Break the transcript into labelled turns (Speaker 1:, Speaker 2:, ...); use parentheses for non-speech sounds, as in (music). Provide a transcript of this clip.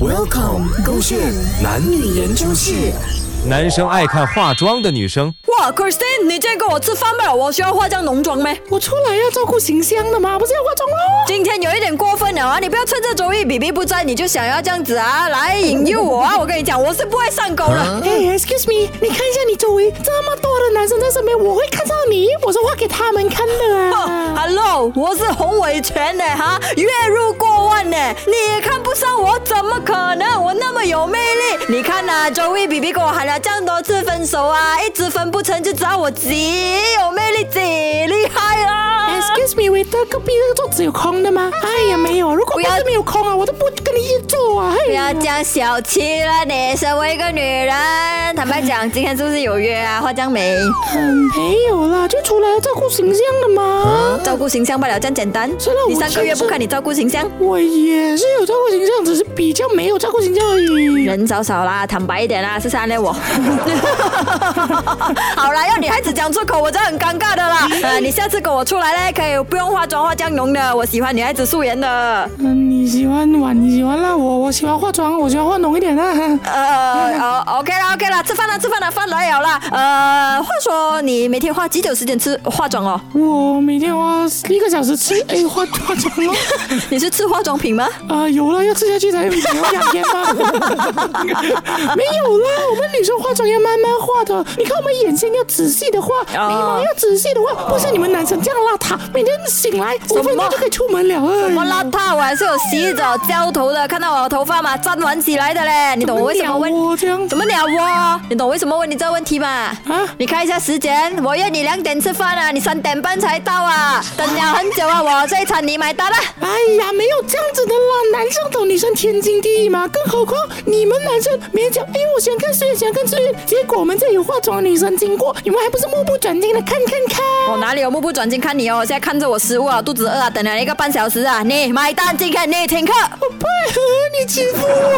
Speaker 1: Welcome，勾线男女研究室。
Speaker 2: 男生爱看化妆的女生，
Speaker 3: 哇，Christine，你见过我吃饭没有？我需要化妆浓妆没？
Speaker 4: 我出来要照顾形象的嘛，不是要化妆喽？
Speaker 3: 今天有一点过分了啊！你不要趁着周易 B B 不在，你就想要这样子啊，来引诱我啊！我跟你讲，我是不会上钩的。
Speaker 4: 哎、e x c u s e me，你看一下你周围这么多的男生在身边，我会看上你，我是画给他们看的
Speaker 3: 哦 (laughs)
Speaker 4: 啊。
Speaker 3: Hello，我是洪伟全呢哈，月入过万呢，你也看不上我，怎么可能？我那么有魅力，你看呐、周易 B B 跟我喊了这样多次分手啊，一直分不成就知道我几有魅力，几厉害啊！
Speaker 4: Excuse me，waiter，隔壁那个桌子有空的
Speaker 3: (laughs)
Speaker 4: 吗？哎呀，没有，如果
Speaker 3: 不
Speaker 4: 不
Speaker 3: 要
Speaker 4: 是没有空啊，我都不跟你一桌啊。
Speaker 3: 不要
Speaker 4: 哎呀
Speaker 3: 这，样小气了你，身为一个女人，坦白讲，今天是不是有约啊？化妆没？
Speaker 4: 嗯没有啦，就出来要照顾形象的嘛。
Speaker 3: 照顾形象罢了，这样简单
Speaker 4: 是啦。
Speaker 3: 你
Speaker 4: 我
Speaker 3: 上个月
Speaker 4: 是是
Speaker 3: 不看你照顾形象，
Speaker 4: 我也是有照顾形象，只是比较没有照顾形象而已。
Speaker 3: 人少少啦，坦白一点啦，是三恋我。 (laughs) 好啦，要女孩子讲出口，我真的很尴尬的啦。呃，你下次跟我出来嘞，可以不用化妆化妆浓的，我喜欢女孩子素颜的。
Speaker 4: 嗯，你喜欢玩，你喜欢啦，我我喜欢化妆，我喜欢化浓一点啊啦。
Speaker 3: 呃呃，OK 啦 OK 啦，吃饭啦吃饭啦，饭来了啦。呃，话说你每天花几久时间吃化妆哦？
Speaker 4: 我每天花一个小
Speaker 3: (laughs)
Speaker 4: 时吃，哎，化化妆咯。
Speaker 3: 你是吃化妆品吗？
Speaker 4: 啊、有了，要吃下去才有养颜吗？ (laughs) 没有啦，我们女生化妆要慢慢化的。你看我们眼线要仔细的画，
Speaker 3: 啊
Speaker 4: 眉毛要仔细的画，不像你们男生这样邋遢，每天醒来
Speaker 3: 么
Speaker 4: 五分钟就可以出门了。哎什
Speaker 3: 我邋遢，我还是有洗澡、浇头的，看到我的头发吗？粘完起来的嘞，你懂我为什么问？
Speaker 4: 我这样？
Speaker 3: 怎么鸟窝？你懂为什么问你这个问题吗？
Speaker 4: 啊
Speaker 3: 你看一下时间，我约你两点吃饭啊，你三点半才到啊，等了很久啊，我这一餐你买单了。
Speaker 4: 哎呀，没有这样子的啦，男生懂女生天经地义嘛。更何况你们男生勉强，哎，我喜欢看素颜，喜欢看素颜，结果我们这里有化妆的女生经过，你们还不是目不转睛的看看看？
Speaker 3: 我哪里有目不转睛看你哦？我现在看着我食物啊，肚子饿啊，等了一个半小时啊，你买单，今天你请客。
Speaker 4: 拜，你欺负我。